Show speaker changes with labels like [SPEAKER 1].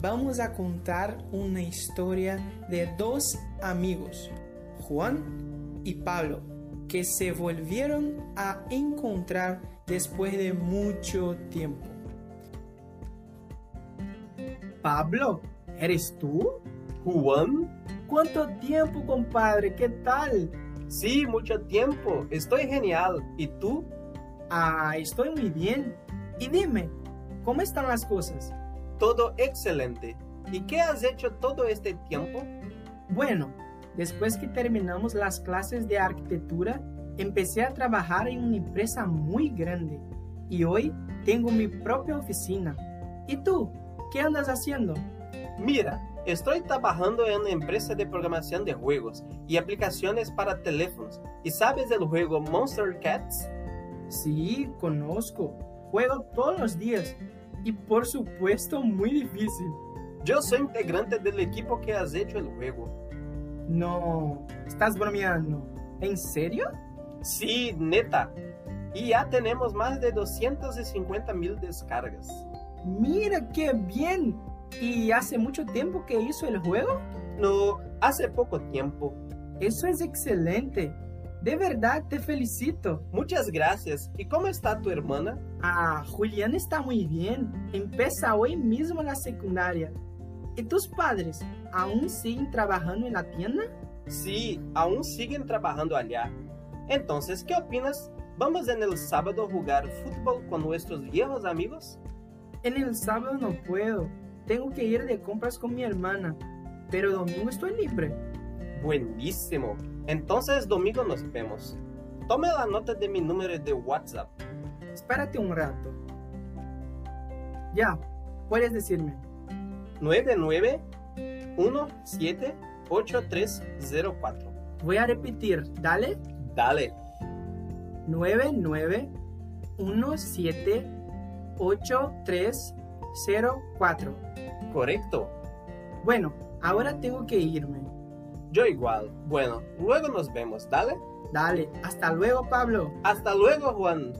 [SPEAKER 1] vamos a contar una historia de dos amigos, Juan y Pablo, que se volvieron a encontrar después de mucho tiempo.
[SPEAKER 2] Pablo, ¿eres tú?
[SPEAKER 3] Juan,
[SPEAKER 2] ¿Cuánto tiempo, compadre? ¿Qué tal?
[SPEAKER 3] sí, mucho tiempo. Estoy genial. ¿Y tú?
[SPEAKER 2] Ah, estoy muy bien. Y dime, ¿cómo están las cosas?
[SPEAKER 3] Todo excelente. ¿Y qué has hecho todo este tiempo?
[SPEAKER 2] Bueno, después que terminamos las clases de arquitectura, empecé a trabajar en una empresa muy grande. Y hoy tengo mi propia oficina. ¿Y tú? ¿Qué andas haciendo?
[SPEAKER 3] Mira, estoy trabajando en una empresa de programación de juegos y aplicaciones para teléfonos. ¿Y sabes del juego Monster Cats?
[SPEAKER 2] Sí, conozco. Juego todos los días. Y por supuesto, muy difícil.
[SPEAKER 3] Yo soy integrante del equipo que has hecho el juego.
[SPEAKER 2] No, estás bromeando. ¿En serio?
[SPEAKER 3] Sí, neta. Y ya tenemos más de 250 mil descargas.
[SPEAKER 2] Mira qué bien. ¿Y hace mucho tiempo que hizo el juego?
[SPEAKER 3] No, hace poco tiempo.
[SPEAKER 2] Eso es excelente. De verdad te felicito.
[SPEAKER 3] Muchas gracias. ¿Y cómo está tu hermana?
[SPEAKER 2] Ah, Julián está muy bien. Empieza hoy mismo la secundaria. ¿Y tus padres aún siguen trabajando en la tienda?
[SPEAKER 3] Sí, aún siguen trabajando allá. Entonces, ¿qué opinas? ¿Vamos en el sábado a jugar fútbol con nuestros viejos amigos?
[SPEAKER 2] En el sábado no puedo. Tengo que ir de compras con mi hermana. Pero domingo estoy libre.
[SPEAKER 3] Buenísimo. Entonces, domingo nos vemos. Tome la nota de mi número de WhatsApp.
[SPEAKER 2] Espérate un rato. Ya, puedes decirme.
[SPEAKER 3] 99178304.
[SPEAKER 2] Voy a repetir. Dale.
[SPEAKER 3] Dale.
[SPEAKER 2] 99178304.
[SPEAKER 3] Correcto.
[SPEAKER 2] Bueno, ahora tengo que irme.
[SPEAKER 3] Yo igual. Bueno, luego nos vemos. Dale.
[SPEAKER 2] Dale, hasta luego Pablo.
[SPEAKER 3] Hasta luego, Juan.